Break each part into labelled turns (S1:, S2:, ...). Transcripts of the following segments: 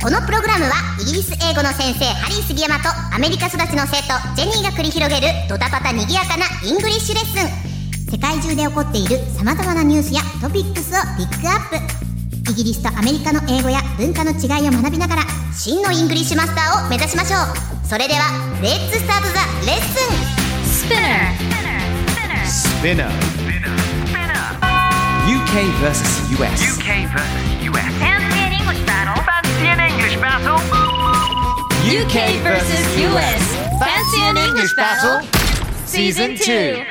S1: このプログラムはイギリス英語の先生ハリー杉山とアメリカ育ちの生徒ジェニーが繰り広げるドタパタにぎやかなイングリッシュレッスン世界中で起こっている様々なニュースやトピックスをピックアップイギリスとアメリカの英語や文化の違いを学びながら真のイングリッシュマスターを目指しましょうそれではレッツスタートザレッスン
S2: Spinner. UK versus US.
S3: UK versus US. Fancy an English battle. Fancy an English battle. Fancy
S2: UK versus US.
S3: an English battle.
S2: Season 2.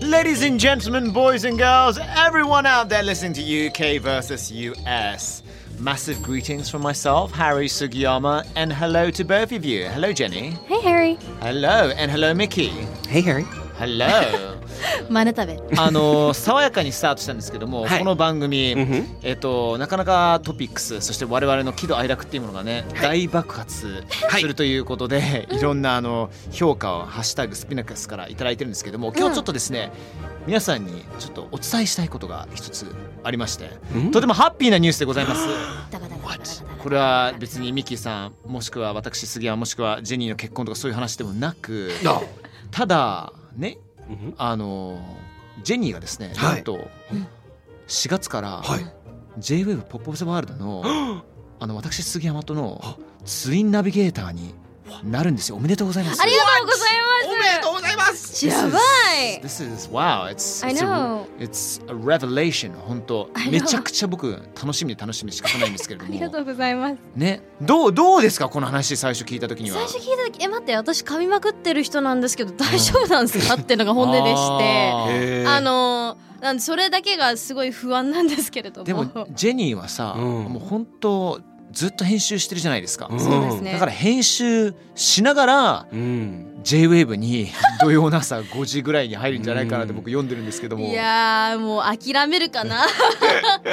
S2: Ladies and gentlemen, boys and girls, everyone out there listening to UK versus US. Massive greetings from myself, Harry Sugiyama, and hello to both of you. Hello, Jenny.
S4: Hey Harry
S2: Hello, and hello, Mickey.
S5: Hey Harry
S2: Hello.
S4: マネ食べ
S2: あの爽やかにスタートしたんですけども、
S5: はい
S2: この番組、
S5: んふん
S2: えっとなかなかトピックスそして我々の喜怒哀楽っていうものがね、大爆発
S5: はい
S2: するということで、い、ろんなあの評価を「ハッシュタグスピナカス」から頂いただいてるんですけども今日ちょっとですね、皆さんにちょっとお伝えしたいことが一つありまして、とてもハッピーなニュースでございます。
S4: ダバダバダバダバ
S2: これは別にミキさんもしくは私杉山もしくはジェニーの結婚とかそういう話でもなくただね
S5: うん
S2: あのジェニーがですね、
S5: はい
S2: なんと4月から
S5: はい
S2: JWAVE ポップオブザワールドのあの私杉山とのツインナビゲーターになるんですよおめでとうございます
S6: ありがとうござ
S5: お
S6: い
S5: め
S2: Oh,
S5: でとうございます
S6: ます。やばい。
S2: This is wow it's,
S6: I
S2: it's, a,
S6: know.
S2: it's a revelation 本当
S6: I know
S2: めちゃくちゃ僕楽しみで楽しみで仕方ないんですけれど
S6: ありが
S2: も
S6: とうございます。
S2: ねどうどうですかこの話最初聞いた時には
S6: 最初聞いた時え待って私噛みまくってる人なんですけど大丈夫なんですかっていうのが本音でして。
S2: あー
S5: へー
S6: あのーなんでそれだけがすごい不安なんですけれども。
S2: で もジェニーはさ、
S5: うん
S2: もう本当ずっと編集してるじゃないですか、
S5: うん
S6: そうですね。
S2: だから編集しながら
S5: うん
S2: JWAVE に 土曜の朝5時ぐらいに入るんじゃないかなって
S5: うん
S2: 僕読んでるんですけども
S6: いやーもう諦める かな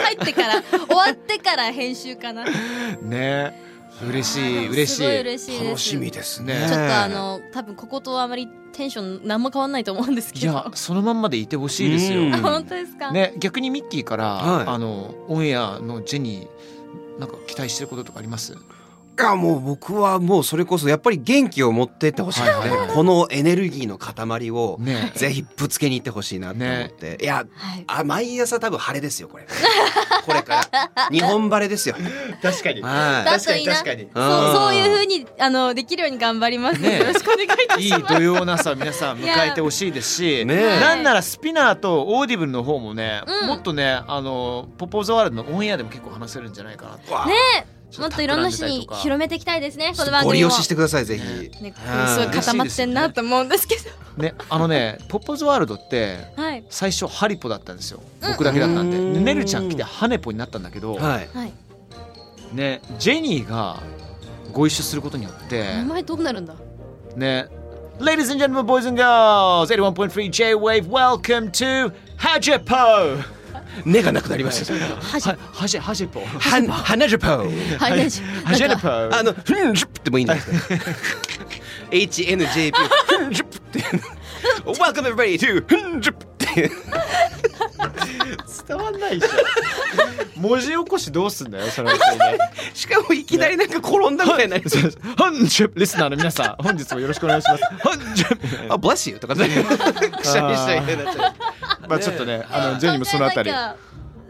S6: 帰ってから終わってから編集かなちょ
S2: ね嬉しい
S6: あー
S2: 嬉し
S6: すごい嬉しいです
S5: 楽しみです
S2: ね
S5: ね
S6: っとあの多分こことあまりテンション何も変わんないと思うんです
S2: い
S6: けど
S2: やそのまんまでいてほしいですよ、
S5: うん
S6: あ本当ですか、
S2: ね逆にミッキーから、
S5: はい
S2: あのオンエアのジェニーなんか期待してることとかあります
S5: いやもう僕はもうそれこそやっぱり元気を持ってってほしいので、
S2: はいはいはい
S5: このエネルギーの塊を
S2: ね
S5: ぜひぶつけに行ってほしいなと思って、いや
S6: はい、
S5: あ毎朝多分晴れですよこれ これから日本晴れですよ
S2: 確かに
S5: は
S6: だといいな
S2: 確かに確
S5: い
S6: そうそういう
S5: う
S6: 風にあのできるように頑張ります、
S2: ね
S6: よろしくお願いいたし ます
S2: いい土曜の朝を皆さん迎えてほしいですし、
S5: いやねえ
S2: なんならスピナーとオーディブルの方もね、
S6: うん
S2: もっとねあのポップオブザワールドのオンエアでも結構話せるんじゃないかなって
S5: わあ
S6: もっといろんな人に広めていきたいですねこの番
S5: ご利
S6: 組も
S5: 用ししてくださいぜひ、
S6: ね、
S5: うん
S6: すごい固まってんなと思うんですけど
S2: ねあのねポップオブザワールドって
S6: はい
S2: 最初ハリポだったんですよ僕だけだったんで、
S5: うん
S2: でねるちゃん来てハネポになったんだけど、
S5: はい
S6: はい
S2: ねジェニーがご一緒することによって
S6: 名前どうなるんだ
S2: ね Ladies and gentlemen, boys and girls, 81.3 J-Wave, welcome to ハジェポ
S5: 根がなくなりました
S2: ハジハジェハジェポ
S5: は花ジャパン
S6: はい大丈
S2: ハジェポ
S5: あの、フンジュップってもいいんですか ?HNJP、フンジュップ って いうの。Welcome everybody to フンジュップっていう。
S2: 伝わんないじゃん文字起こしどうすんだよそれはそれで
S5: しかもいきなりなんか転んだみたいになりそう。
S2: 本日リスナーの皆さん本日もよろしくお願いします本日
S5: あ、bless you とかね。くしゃみしたいになっちゃう。
S2: まあちょっとねあのジェニーもそのあたり
S6: 考えなきゃ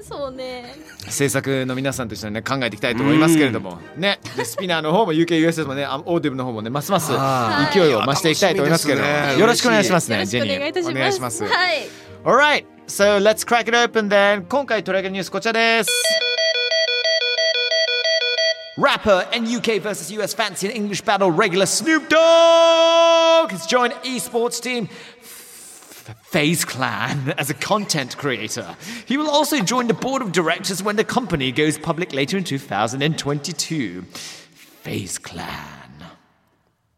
S6: そうね
S2: 制作の皆さんと一緒にね考えていきたいと思いますけれどもねでスピナーの方も UKUS もねあオーディブの方もねますます
S5: はい
S2: 勢いを増していきたいと思いますけれども
S5: いや楽しみですね
S2: よろしくお願いします
S6: よ
S2: ね
S6: ろし
S2: ジェ
S6: くお
S2: ニ
S6: 願いいたし
S2: ー
S6: ますはい
S2: Alright so let's crack it open then 今回取り上げるニュースこちらです Rapper and UK versus US Fancy and English Battle regular Snoop Dogg has joined esports team Phase Clan as a content creator. He will also join the board of directors when the company goes public later in 2022. Phase Clan.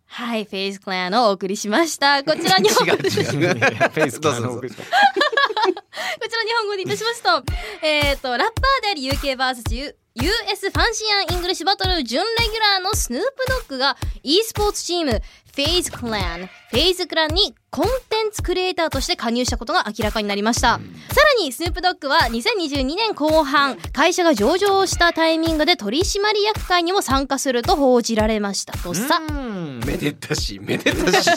S6: はい、フェイスクランをお送りしました。こちらにお送
S5: 違
S6: り
S5: う違う
S2: Phase
S5: どうぞ
S2: Clan.
S5: どうぞ
S6: こちら日本語でいたしますと、えっと、ラッパーであり UKVS US ファンシーアン・イングリッシュバトル準レギュラーのスヌープドッグが e スポーツチームフェイズクラン、フェイズクランにコンテンツクリエイターとして加入したことが明らかになりました。さらにスヌープドッグは2022年後半、会社が上場したタイミングで取締役会にも参加すると報じられましたとさ。
S2: Hmm.
S5: めでたしめでたし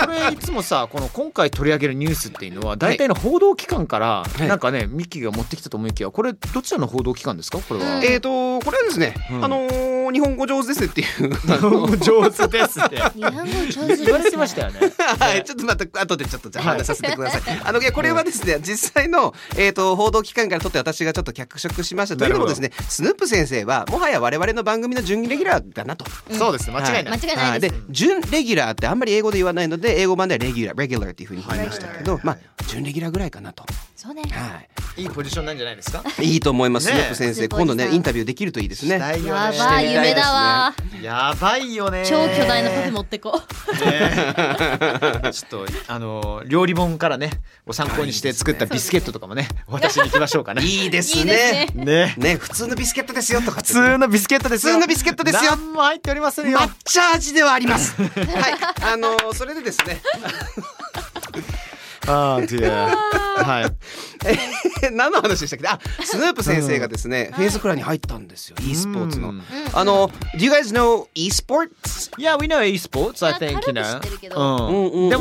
S2: これいつもさこの今回取り上げるニュースっていうのは大体の報道機関から、
S5: い
S2: なんかねミッキーが持ってきたと思いきやこれどちらの報道機関ですかこれは。
S5: えっとこれはですね
S2: うん
S5: あのー日本語上手ですねっていう
S2: 上手ですって
S6: 日本語上手
S2: 言われてましたよね。
S5: はい、 ちょっとまた後でちょっとじゃあ
S2: はい
S5: 話させてください。あのいやこれはですね実際の、えー、と報道機関からとって私がちょっと脚色しましたというのもですねスヌープ先生はもはや我々の番組の準レギュラーだなと。
S2: そうです間違い
S6: 間
S2: ない。
S6: 違いない
S5: い
S6: で。
S5: です準レギュラーってあんまり英語で言わないので英語版ではレギュラーレギュラーっていうふうに言いましたけど、まあ準レギュラーぐらいかなと。
S6: そうね。
S5: はい
S2: いいポジションなんじゃないですか。
S5: いいと思います、
S2: ねえ
S5: スヌープ先生今度ねインタビューできるといいですね。
S2: い
S6: やばい、夢だわ。
S2: やばいよね。
S6: 超巨大なパフェ持ってこう。
S2: ねちょっとあの料理本からねを参考にして作ったビスケットとかもね私に行きましょうか ね。
S5: いいです
S6: いいですね
S5: ね。
S2: ね
S5: ね普通のビスケットですよとか
S2: 普通のビスケットですよ。
S5: 普通のビスケットですよ
S2: 何も入っておりませんよ。
S5: 抹茶味 ではあります。はい、あの ーそれでですね、
S2: ああ、 はい。
S5: えー何の話でしたっけあスヌープ先生がですね、フェイスクラーに入ったんですよ e スポーツの、
S2: うん
S5: あの Do you guys know e スポーツ
S2: Yeah, we know esports, I
S6: あ
S2: think,
S6: 軽
S2: you
S6: く知ってるけ
S2: know.
S6: ど
S2: うん
S5: うんうんうんうん
S2: で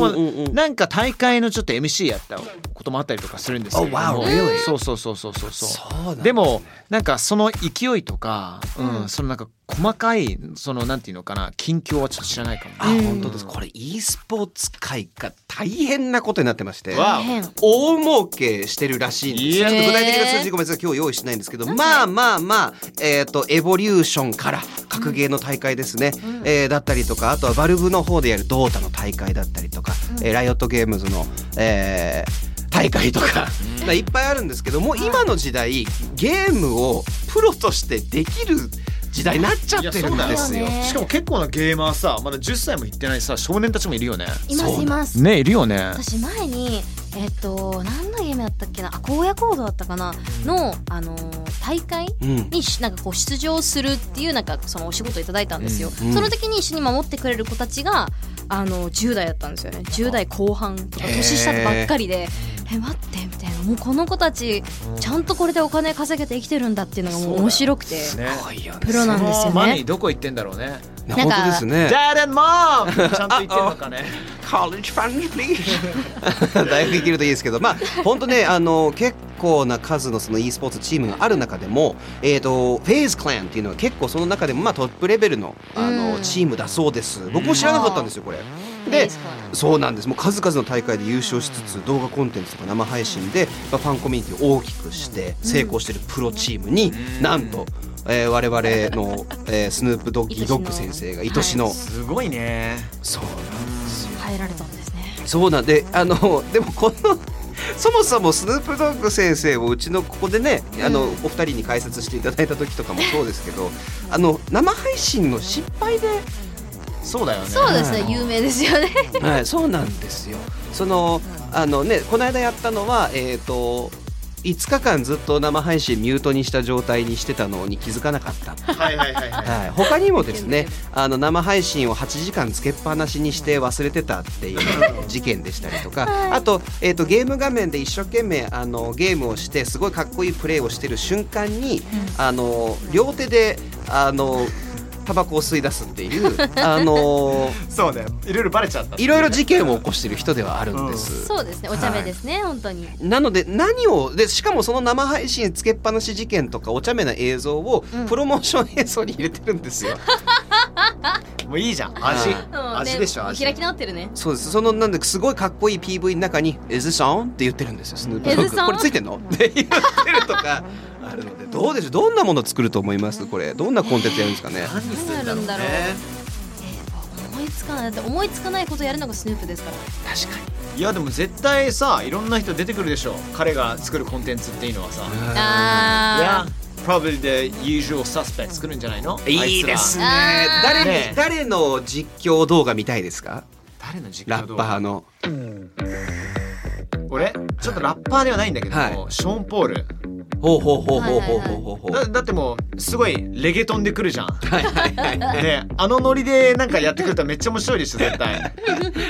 S2: も、なんか大会のちょっと MC やったこともあったりとかするんですけれども
S5: Oh, wow, really?
S2: そうそうそうそうそうそう。
S5: うなんですね
S2: でも、なんかその勢いとか、うん、そのなんか細かい、そのなんていうのかな、近況はちょっと知らないかも。
S5: あ本当ですこれ e スポーツ界が大変なことになってまして
S2: わ
S6: 変
S5: 大儲けしてるらしいんです
S2: い
S5: ちょ
S2: や
S5: っと具体的な数字ごめんなさい今日用意してないんですけどまあまあまあえっ、とエボリューションから格ゲーの大会ですね、えーだったりとかあとはバルブの方でやるドータの大会だったりとか、えーライオットゲームズの、えー大会とかまあいっぱいあるんですけども今の時代ゲームをプロとしてできる時代になっちゃってるんですよ。
S2: しかも結構なゲーマーさ、まだ10歳もいってないさ、少年たちもいるよね。
S6: いますいます。
S2: ね、いるよね。
S6: 私前にえっと何のゲームだったっけなあ荒野行動だったかなのあのー大会
S5: うん
S6: にしなんかこう出場するっていうなんかそのお仕事をいただいたんですよ、
S5: ん
S6: その時に一緒に守ってくれる子たちがあの10代だったんですよね10代後半とか
S5: へー
S6: 年下ばっかりでえ待ってみたいなもうこの子たちちゃんとこれでお金稼げて生きてるんだっていうのがもう面白くて
S2: ね。
S5: 多いよね
S6: プロなんです
S2: そ
S6: よ
S2: のマニー
S6: ね
S2: どこ行ってんだろうね。
S6: な
S5: 本
S6: んか
S5: 当ですね。
S2: Dad and Mom! ちゃんと言ってんのかね。
S5: college fund, please. 大学行けるといいですけど、まあ本当 ね、あの結構な数のその e スポーツチームがある中でも、えっ、とフェイズクランっていうのは結構その中でもまあトップレベルのあの、
S6: うん
S5: チームだそうです。僕も知らなかったんですよこれ。
S6: いい
S5: で
S6: です。か
S5: そうなんですもう数々の大会で優勝しつつ動画コンテンツとか生配信で、まあ、ファンコミュニティを大きくして成功してるプロチームに、なんと、えー我々の、えースヌープドッギードッグ先生が愛しの、
S6: はい
S2: すごいね。
S5: そうなんですよ
S6: 入られたんですね
S5: そうなんであのでもこのそもそもスヌープドッグ先生をうちのここでねあの、お二人に解説していただいた時とかもそうですけどあの生配信の失 敗で、
S2: そうだよね。
S6: そうですね
S2: ん
S6: 有名ですよね
S5: はい、そうなんですよ。そのあのねこの間やったのはえっ、と5日間ずっと生配信ミュートにした状態にしてたのに気づかなかった
S2: はいはいはいはい。
S5: はい、他にもですねあの生配信を8時間つけっぱなしにして忘れてたっていう事件でしたりとか、あと,、えー、とゲーム画面で一生懸命あのゲームをしてすごいかっこいいプレーをしてる瞬間に、あの両手であのタバコを吸い出すっていうあの
S2: そうね。いろいろバレちゃった。
S5: いろいろ事件を起こしてる人ではあるんです。
S6: そうですねお茶目ですね、本当に
S5: なので何をでしかもその生配信つけっぱなし事件とかお茶目な映像をプロモーション映像に入れてるんですよ。
S2: もういいじゃん。味。
S6: もうね
S2: 味でしょ、味。
S6: 開き直ってるね
S5: そうです。そのなんですごいかっこいい PV の中に「Is this on?」って言ってるんですよ。スヌープドッグ
S6: Is this on？
S5: これついてんのって言ってるとか。あるのでどうでしょうどんなもの作ると思いますこれどんなコンテンツやるんですかね
S2: 何するんだろう
S6: 何やるんだろ
S2: ね
S6: 思いつかないだって思いつかないことやるのがスヌープですから
S2: 確かにいやでも絶対さいろんな人出てくるでしょ彼が作るコンテンツっていうのはさ、いや
S6: あ
S2: probably the usual suspect 作るんじゃないの
S5: いいですね
S6: あー
S5: 誰に
S2: ね
S5: 誰の実況動画見たいですか
S2: あいつら誰の実
S5: ラ
S2: 況
S5: ッ
S2: 動
S5: パ
S2: 画
S5: ーの
S2: 俺ちょっとラッパーではないんだけども、
S5: はい
S2: ショーン・ポール
S5: ほうほうほうほうほう
S6: はい
S5: ほ
S6: はいはいう
S5: ほうほう
S2: だだってもうすごいレゲトンで来るじゃん、
S5: はいはいはい
S2: ね、あのノリでなんかやってくるとめっちゃ面白いでしょ絶対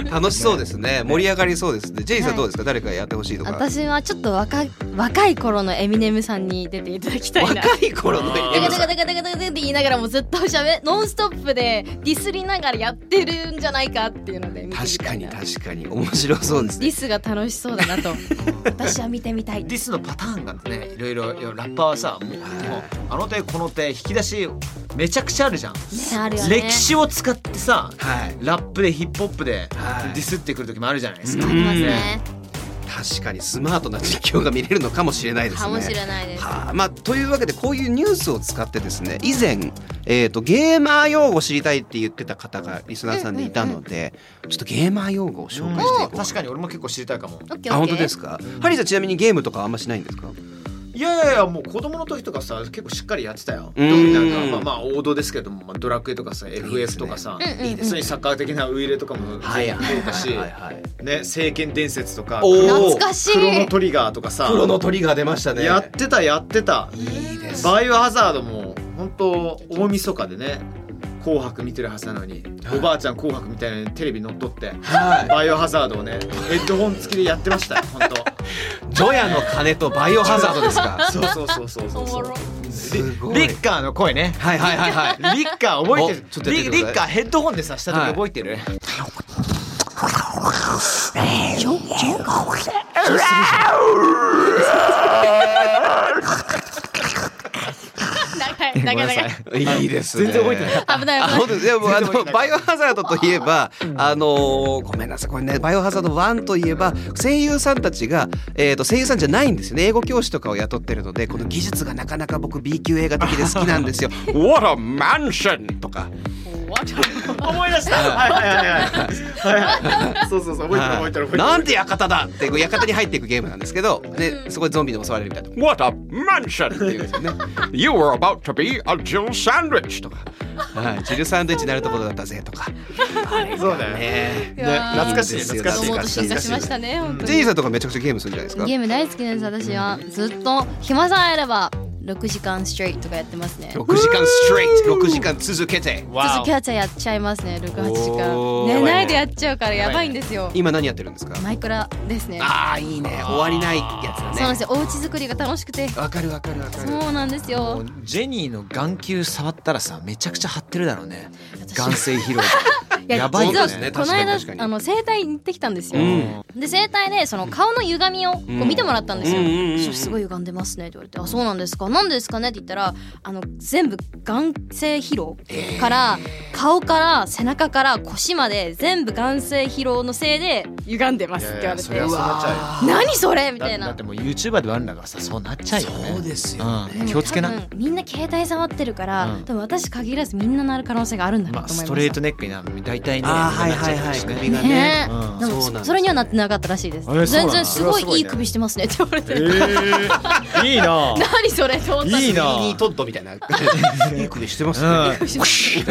S5: 楽しそうですね盛り上がりそうですねジェイさんどうですか誰かやってほしいとか
S6: あ私はちょっと若い若い頃のエミネムさんに出ていただきたいな
S5: 若い頃の
S6: ダ
S5: エ
S6: カ
S5: マ
S6: ダ
S5: さ
S6: カ
S5: ん
S6: ダカダカダカって言いながらもずっとしゃべノンストップでディスりながらやってるんじゃないかっていうので見てみたい
S5: 確かに
S6: な
S5: 確かに面白そうです
S6: デ
S5: ね
S6: ィスが楽しそうだなと私は見てみたい
S2: ディスのパターンがねいろいろいやラッパーはさもうもうあの手この手引き出しめちゃくちゃあるじゃん
S6: ねあるよね
S2: 歴史を使ってさ
S5: はい
S2: ラップでヒップホップでデ
S5: はい
S2: ィスってくる時もあるじゃないですか、
S6: ありますね
S5: 確かにスマートな実況が見れるのかもしれないですね
S6: かもしれないです
S5: はあまあ、というわけでこういうニュースを使ってですね以前、えー、とゲーマー用語知りたいって言ってた方がリスナーさんでいたので、ちょっとゲーマー用語を紹介していこう
S2: 確かに俺も結構知りたいかも
S6: オッケー
S5: あ
S6: オ
S5: 本
S6: ッケ
S5: 当で
S6: ー
S5: すかハリーさんちなみにゲームとかあんましないんですか
S2: いやいやいやもう子供の時とかさ結構しっかりやってたよ
S5: うーん
S2: 特になんかまあまあ王道ですけども、まあ、ドラクエとかさ FF とかさ
S6: いいですねうんうんうん
S2: 普通にサッカー的なウイイレとかも全部出たし
S5: はい
S2: ね聖剣伝説とか
S5: おー
S2: クロ
S6: 懐かしい
S2: クロノトリガーとかさ
S5: 黒の鳥が出ましたね
S2: やってたやってた
S5: いいです
S2: バイオハザードも本当大晦日でね紅白見てるはずなのに、
S5: はい
S2: おばあちゃん紅白みたいなのにテレビ乗っ取って
S5: は
S2: バイオハザードをねヘッドホン付きでやってましたよ本当。
S5: いジョヤの鐘とバイオハザードです か
S2: そうそうそうそうそうそう。
S5: すごい
S2: リッカーの声ね。
S5: はいはいはいはい
S2: リッカー覚えてる
S5: おちょっとやって
S2: リ
S5: みてください
S2: リッカーヘッドホンでさした時覚えてる、ごめん
S6: 長い長い
S2: な
S6: 長
S2: さ
S6: い
S2: い
S5: いいですね
S2: 全然覚えてなかっ
S6: 危ない
S5: あ
S6: 危ない
S5: 本当ですいやもうあ
S2: 全然覚え
S5: の
S2: てない
S5: バイオハザードといえばあのーごめんなさいこれねバイオハザード1といえば声優さんたちが、えー、と声優さんじゃないんですよね英語教師とかを雇ってるのでこの技術がなかなか僕 B 級映画的で好きなんです よ「What a mansion!」とか
S2: た思い出したはいはいはいはいはいはいそうそうそう覚えてる覚えてる覚えてる
S5: なんて館だってこう館に入っていくゲームなんですけどでそこでゾンビに襲われるみたいな「What a mansion!」っていうん です よね「You were about to be a Jill sandwich!」とか「はい、ジルサンドイッチになるところだったぜ」とか。
S2: そうだよね
S5: ね
S6: いやー
S2: 懐かしい懐かしい
S6: もうと進化しましたね本当
S5: ジェニ
S6: に
S5: ーさんとかめちゃくちゃゲームするんじゃないですか
S6: ゲーム大好きなんです私はずっと暇さえあれば6時間ストレイトとかやってますね
S5: 6時間ストレート6時間続けて
S2: わ
S6: 続けちゃやっちゃいますね68時
S5: お
S6: 間
S5: ー
S6: 寝ないでやっちゃうからやばいんですよ
S5: 今何やってるんですか
S6: マイクラですね
S5: ああいいね終わりないやつ
S6: そうな
S5: だ
S6: んです
S5: ね
S6: よおうち作りが楽しくて
S5: わかるわかるわかる
S6: そうなんです
S2: お
S6: よ
S2: ジェニーの眼球触ったらさめちゃくちゃ張ってるだろうね
S6: 私
S2: 眼性疲労
S6: いや
S2: やばいよね
S6: 実は
S2: そうですね
S6: こ
S5: 確
S6: の
S5: かに
S6: 間
S5: 確かに
S6: あの整体に行ってきたんですよ、
S5: うん
S6: で整体でその顔の歪みをこう見てもらったんですよ、
S5: うんうんうんうん
S6: そしたらすごい歪んでますねって言われて「あそうなんですかなんでですかね?」って言ったらあの全部眼性疲労から、顔から背中から腰まで全部眼性疲労のせいで歪んでますって言われて「
S2: そうなっちゃ
S6: 何それ?」み
S2: うよ
S6: た
S2: だ
S6: い
S2: だ
S6: な
S2: って。もう YouTuber ではあるんだからさそうなっちゃうよね
S5: そうですよ
S2: うん、気をつけな
S6: でも多分みんな携帯触ってるから、
S2: うん
S6: 多分私限らずみんななる可能性があるんだな
S2: まあ
S6: と思いました、
S2: ストレートネックにな大体ね
S5: ああはいはい
S2: なっ
S5: は
S2: ち
S5: い
S2: ゃうからね
S5: 首が
S6: ね
S5: ね
S6: え、
S2: うん
S6: で
S5: そうなん
S6: も
S5: ですよ
S6: それにはなってなかったらしいです
S2: えそうな
S6: 全
S2: の
S6: 然す
S2: それ
S6: ごい
S2: はすごい
S6: い
S2: ね
S6: い首してますねって言われて、
S2: えー、いいな
S6: 何それって思ったんです
S2: いいな
S5: ミニトッドみたいないい首してます
S2: うん
S5: ね、
S2: い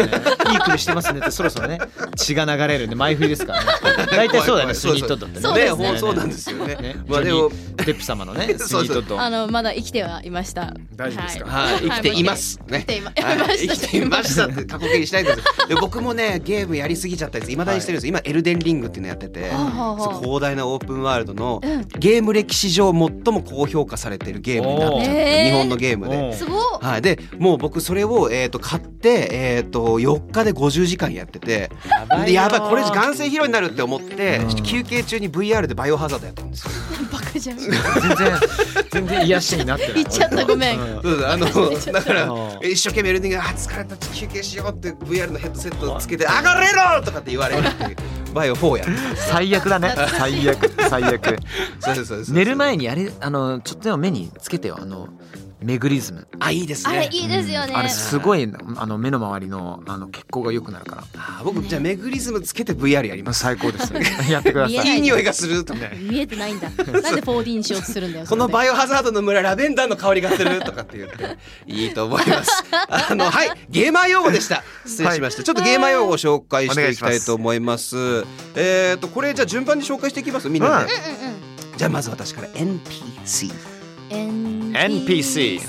S2: い首してますねってそろそろね血が流れるんで前振りですからね大体そうだよねスニートッドって
S6: そうですね
S5: ほそうなんですよね
S2: ね
S5: まあ
S2: ジ
S5: でも
S2: ョニーデップ様のね ス
S5: そうそう
S2: ニートッド
S6: あのまだ生きてはいました
S2: 大丈夫ですか
S5: はい生きていますね
S6: 生きていま
S5: はい
S6: 生
S5: 生
S6: き
S5: き
S6: て
S5: て
S6: い
S5: い
S6: ま
S5: ま
S6: し
S5: したたって過去形にしないでくださいで僕もねゲームやりすぎちゃったやついまだにしてるんです今エルデンリングっていうのやってて
S6: はあはあ
S5: そう広大なオープンワールドの
S6: うん
S5: ゲーム歴史上最も高評価されてるゲームになっちゃっ
S6: おー
S5: て日本のゲームで
S2: おう
S6: すごっ
S5: はい、でもう僕それを、えー、と買って、えー、と4日で50時間やっててや
S2: ばいよー
S5: でやばいこれ眼性疲労になるって思って、
S2: うん
S5: 休憩中に VR でバイオハザードやってるんですよ。
S6: バカじゃん言
S2: 全然全然癒しになっ てない
S6: っちゃったごめん
S2: うん
S5: そうだあの だか
S2: う
S5: ら
S2: ん
S5: 一生懸命エルディングあ疲れた休憩しようって VR のヘッドセットつけて「上がれろ!」とかって言われるっていうバイオ4やって ます
S2: 最悪だね最悪最悪
S5: そうですそうです
S2: 寝る前にあれあのちょっとでも目につけてよあのメグリズムあいいですね
S6: あれいいですよね
S2: あれすごいあの目の周りのあの血行が良くなるか
S5: あー僕じゃあメグリズムつけて VR やり
S2: ら
S5: ます。
S2: 最高ですね やってくだ
S6: 見え
S2: さ
S6: ない
S5: いい匂いがするとか。
S6: 見えてないんだ。なんで 4D にしようとするんだよ。
S5: この
S6: 場合
S5: バイオハザードの村ラベンダーの香りがするとかって言って いいと思います。あのはいゲーマー用語でした。失礼しました。ちょっとゲーマー用語を紹介していきたいと思います。えっ、とこれじゃあ順番に紹介していきますみんなで。じゃあまず私から NPC。
S2: NPC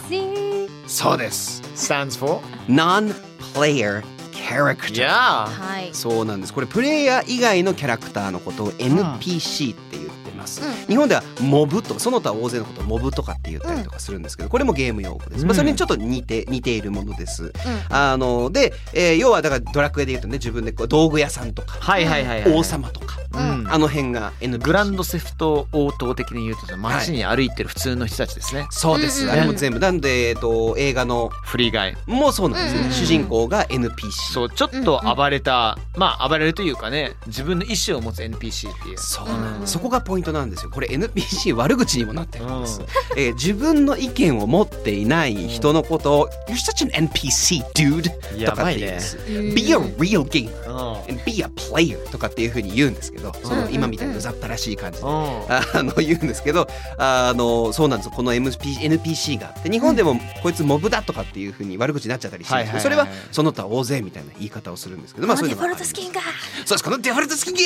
S5: そうです。
S2: stands for
S5: Non player character。
S2: yeah
S6: はい。
S5: そうなんですこれプレイヤー以外のキャラクターのことを NPC って言ってます、
S6: うん
S5: 日本ではモブとその他大勢のことをモブとかって言ったりとかするんですけどこれもゲーム用語です、ま
S2: う
S5: あ、
S2: ん
S5: それにちょっと似て似ているものです、あので、えー要はだからドラクエで言うとね自分でこう道具屋さんとか
S2: はいはいはいはい
S5: 王様とか、
S2: うん
S5: あの辺が NPC
S2: グランドセフト応答的に言うと街に歩いてる普通の人たちですね、
S5: そうです、
S6: うん
S5: あれも全部なんで、えっと映画の
S2: フリーガイ
S5: もうそうなんですね、
S6: うん
S5: 主人公が NPC
S2: そうちょっと暴れた、まあ暴れるというかね自分の意思を持つ NPC っていう
S5: そうなんですそこがポイントなんですよこれ NPC 悪口にもなってるんです、
S2: うん
S5: えー自分の意見を持っていない人のことを「You're such an NPC dude」とかって言うんです、Be a real gamer
S2: うん
S5: and be a player とかっていうふうに言うんですけどその今みたいにうざったらしい感じであの言うんですけどあのそうなんですよこの MP NPC があって日本でもこいつモブだとかっていうふうに悪口になっちゃったりしてるんですけどそれ
S2: はいはい
S5: は
S2: はいはい
S5: その他大勢みたいな言い方をするんですけどまあそういうのがあります
S6: ンが。
S5: そうですこのデフォルトスキンゲ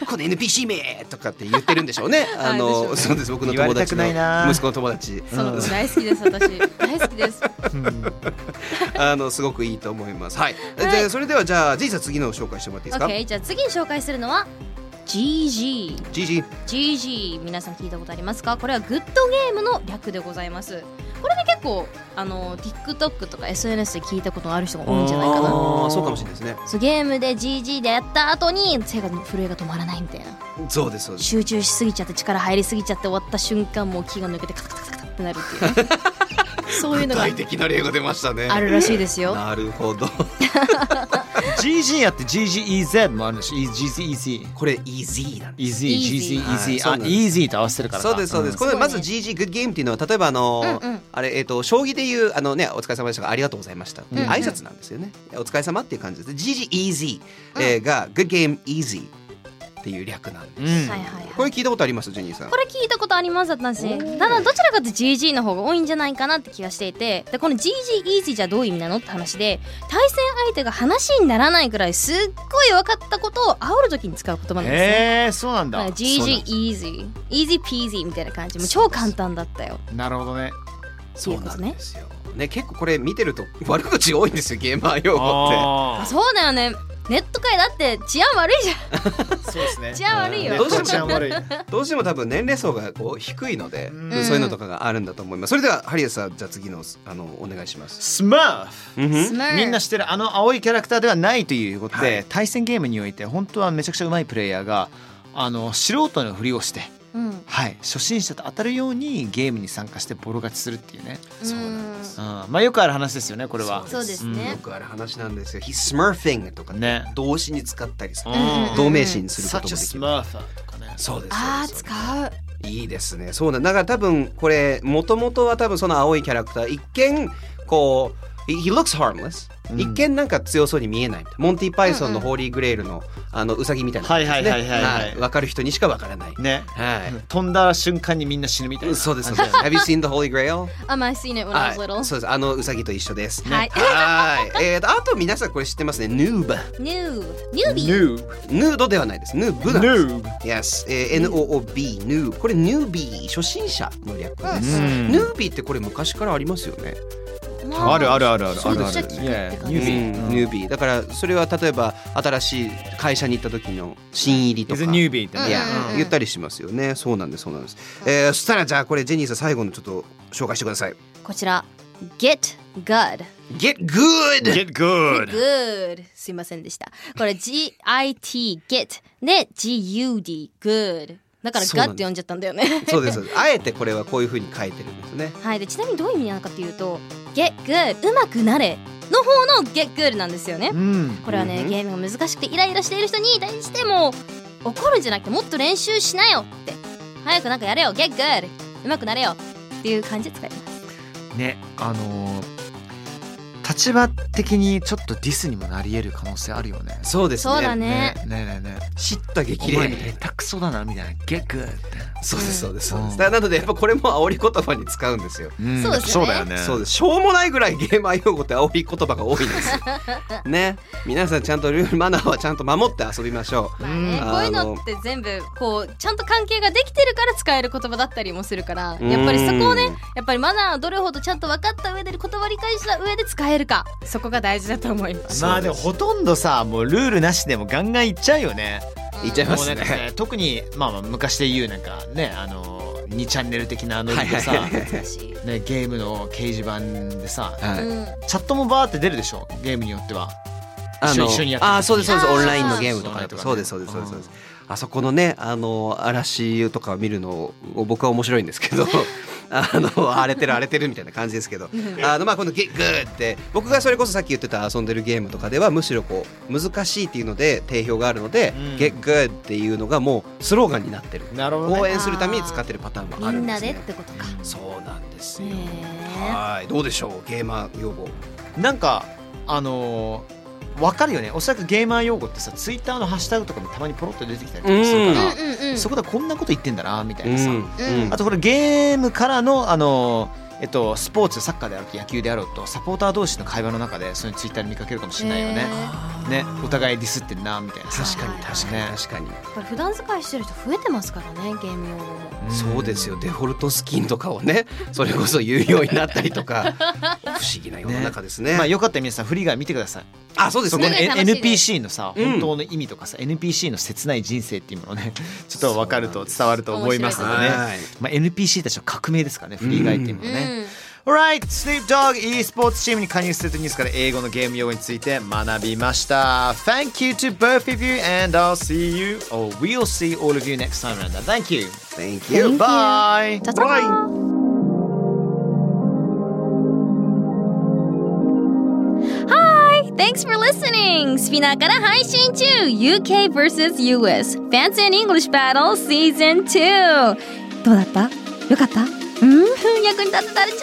S5: ーこの NPC 名とかって言ってるんでしょうねあ
S6: はいでし
S5: の、
S6: ょうね
S5: そうです僕の
S2: 言わ
S5: 友
S2: れた
S5: 達
S2: く
S5: の
S2: ないな
S5: 息子の友達
S6: その大好きです私。大好きです。
S5: あのすごくいいと思いますはい、
S6: はい
S5: でそれではじゃあジェイさん次のを紹介してもらっていいですか、
S6: OK じゃあ次に紹介するのは GG。
S5: ジージー
S6: GG 皆さん聞いたことありますかこれはグッドゲームの略でございますこれね結構あの TikTok とか SNS で聞いたことのある人が多いんじゃないかな
S5: あーそうかもしれないですね
S6: そうゲームで GG でやった後に手が震えが止まらないみたいな
S5: そうですそうです
S6: 集中しすぎちゃって力入りすぎちゃって終わった瞬間もう気が抜けてカタカタカタカタってなるっていうね、そういう
S5: 具
S6: のが
S5: 体的な例が出ましたね
S6: あるらしいですよ
S5: なるほど
S2: GG やって GGEZ もあるんでしょ GGEZ
S5: これ easy なんで
S2: Easy, easy,
S6: Easy
S5: はい
S2: easy.
S5: そう
S2: あ、
S5: なんです
S2: easy と合わせてるから
S5: す
S2: か。
S5: そうですそうです、
S2: ん
S5: これまず
S6: す
S5: GG グッドゲームっていうのは例えばあのー
S6: うんうん
S5: あれえっ、と将棋でいうあのねお疲れ様でしたがありがとうございましたっていう挨拶なんですよね、お疲れ様っていう感じです GG easy、えーが good game easy っていう略なんです、
S2: うん
S6: はいはいはい
S5: これ聞いたことありますジェニーさん
S6: これ聞いたことあります私ただどちらかというと GG の方が多いんじゃないかなって気がしていてでこの GG イージーじゃどういう意味なのって話で対戦相手が話にならないくらいすっごい分かったことを煽るときに使う言葉なんですね、
S2: へえ、そうなん
S6: だか
S2: だ
S6: ら。
S2: そうな
S6: GG
S2: ん
S6: easy easy peasy みたいな感じもう超簡単だったよ
S2: だなるほどね。
S5: そうなんですよね結構これ見てると悪口多いんですよゲーマー用語っ
S6: あ
S2: あ
S6: そうだよねネット界だって治安悪いじゃん
S2: ーそうですね
S6: 治安悪いよ
S2: どうしても治安悪い。
S5: てどうしても多分年齢層がこう低いので、
S2: うん
S5: そういうのとかがあるんだと思いますそれではハリエさんじゃあ次のあのお願いします、
S2: スマーフ
S5: うんふん
S6: スマー
S2: みんな知ってるあの青いキャラクターではないということで、
S5: はい
S2: 対戦ゲームにおいて本当はめちゃくちゃうまいプレイヤーがあの素人のふりをして、
S6: うん
S2: はい、初心者と当たるようにゲームに参加してボロ勝ちするっていうね、
S5: そうなんです
S2: うん、まあよくある話ですよねこれは
S6: そうですね
S5: よくある話なんですよ。He's smurfing とかね
S2: ね
S5: 動詞に使ったりする
S2: うん
S5: 動名詞にすることも
S2: Such
S5: で
S2: a
S5: きる。
S2: smurfer とかね
S5: そうです。
S4: あー
S5: そうです
S4: 使う
S5: いいですね。そうなんだから多分これもともとは多分その青いキャラクター一見こう He looks harmless、
S2: うん
S5: 一見なんか強そうに見えないモンティ・パイソンのホーリー・グレールのあのウサギみたいな感じですね
S2: はいはいはいはいはい
S5: はいわかる人にしかわからない。
S2: ね
S5: はい。
S2: 飛んだ瞬間にみんな死ぬみたいな
S5: そうですそうです。Have you seen the Holy Grail?
S6: Um, I seen it when I was
S5: は
S6: little
S5: い、そうです。あのウサギと一緒です。
S6: はい
S5: はい。えーと、あと皆さんこれ知ってますね。Noob。
S6: new newbie
S2: Noob
S5: ヌードではないです。ヌーブなんです。Yes、
S2: Noob
S5: えー、NOOB、ヌーブ。これ、ヌービー、初心者の略です。
S2: うん
S5: ヌービーってこれ昔からありますよね。
S6: ま
S2: あるあるあるある
S6: そ
S2: あ
S6: う
S2: るあ
S6: ちっ
S2: る。
S6: ちゃくって感じ
S2: ニュ
S5: うん
S2: ービー。
S5: ヌービー。だから、それは例えば、新しい会社に行った時の新入りとか。
S2: Is a newbie って
S5: い
S2: ね
S5: や。言ったりしますよね。そうなんです、そうなんです。えー、そしたら、じゃあ、これ、ジェニーさん、最後のちょっと紹介してください。
S6: こちら get good
S5: Get good!
S2: Get good.
S6: good すいませんでしたこれ GIT get で GUD good だから
S5: そうな
S6: ガ
S5: んです
S6: って呼んじゃったんだよね
S5: そうです。あえてこれはこういうふうに書いてるんですね。
S6: はいでちなみにどういう意味なのかっていうと get good うまくなれの方の get good なんですよね
S2: うん。
S6: これはね、
S5: うんうん
S6: ゲームが難しくてイライラしている人に対しても怒るんじゃなくてもっと練習しなよって早くなんかやれよ get good うまくなれよっていう感じで使います
S2: ねあのー立場的にちょっとディスにもなり得る可能性あるよね。
S5: そうですね
S6: そうだね
S2: ねねねね
S5: 叱咤激
S2: お
S5: 励
S2: 前
S5: みたいな
S2: 下手くそだなみたいな。ゲッグって。
S5: そうですそうですそうで
S2: うん
S5: すだなのでやっぱこれも煽り言葉に使うんですよ
S2: うん
S6: そうですね
S2: そうだよね。
S5: そうですしょうもないぐらいゲーム愛用語って煽り言葉が多いんです よね皆さんちゃんとルールマナーはちゃんと守って遊びましょう
S6: まあね、
S5: うん
S6: こういうのって全部こうちゃんと関係ができてるから使える言葉だったりもするからやっぱりそこをね
S5: うん
S6: やっぱりマナーをどれほどちゃんと分かった上で言葉理解した上で使えるかそこが大事だと思 います。
S2: まあでもほとんどさもうルールなしでもガンガンいっちゃうよね。
S5: 言っちゃい
S2: も
S5: ま
S2: うな
S5: す
S2: んか
S5: ね
S2: ね特にまあまあ昔で言うなんかねあの2チャンネル的なノリでさ、
S5: はいはい
S6: 難しい
S2: ね、ゲームの掲示板でさ
S5: はい
S6: うん
S2: チャットもバーって出るでしょゲームによっては。
S5: あ
S2: 一緒
S5: の
S2: 一緒にやってる時
S5: あーそうですそうです
S6: あー
S5: オンラインのゲームとかだと
S2: そ
S5: そうう
S2: で
S5: ですす
S2: そ
S5: そうう
S2: で
S5: ですすそうですそうですあそこのねあの嵐とか見るの僕は面白いんです けどあの荒れてる荒れてるみたいな感じですけどあのまあこのゲグーって僕がそれこそさっき言ってた遊んでるゲームとかではむしろこう難しいっていうので定評があるので、
S2: うん
S5: ゲグーっていうのがもうスローガンになってる
S2: なるほどね
S5: 応援するために使ってるパターンもある
S6: みん
S5: んで
S6: な
S5: す
S6: でっ
S5: ね
S6: てことか。
S5: そうなんですよ
S6: ね
S5: はいどうでしょうゲーマー用語
S2: なんかあのー、わかるよねおそらくゲーマー用語ってさツイッターのハッシュタグとかもたまにポロッと出てきたりとかするから、
S6: えうんうんうん。
S2: そこでこんなこと言ってんだなみたいなさ、
S5: ん
S2: あとこれゲームからのあのーえっと、スポーツサッカーであろうと野球であろうとサポーター同士の会話の中でそういうツイッターで見かけるかもしれないよね
S6: へー
S2: ねお互いディスってんなみたいなさ
S5: 確かに確か
S2: ね
S5: に確かに
S6: やっぱり普段使いしてる人増えてますからねゲーム用語も。
S2: ん
S5: そうですよデフォルトスキンとかをねそれこそ有料になったりと か不思議な世の中ですね
S2: まあよかったら皆さんフリーガイ見てください
S5: あそうです
S2: そこの
S5: ね
S6: ね
S2: N-
S6: 楽し
S2: NPC
S6: いね
S2: のさ、
S5: うん
S2: 本当の意味とかさ NPC の切ない人生っていうものをね ちょっと分かると伝わると思いますのでね
S5: 面白いですね
S2: まあ、NPC たちの革命ですからねフリーガイっていうのはね、
S6: うん
S2: Alright Snoop Dogg e スポーツチームに加入するとニュースから英語のゲーム用語について学びました Thank you to both of you and I'll see you or we'll see all of you next time around Thank you
S5: Thank you
S2: Goodbye
S6: チャチャチャ
S5: Bye
S6: はい Thanks for listening! スピナーから配信中 !UK vs.US Fancy and English Battle Season 2! どうだったよかったうん役に立ってたら超嬉し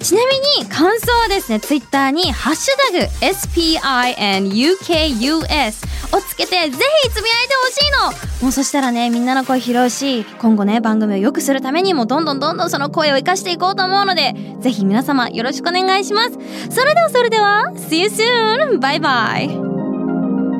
S6: いちなみに感想はですね、ツイッターにハッシュタグ SPINUKUS をつけてぜひつぶやいてほしいのもうそしたらね、みんなの声拾うし、今後ね、番組を良くするためにもどんどんどんどんその声を生かしていこうと思うので、ぜひ皆様よろしくお願いします。それではそれでは、See you soon! バイバイ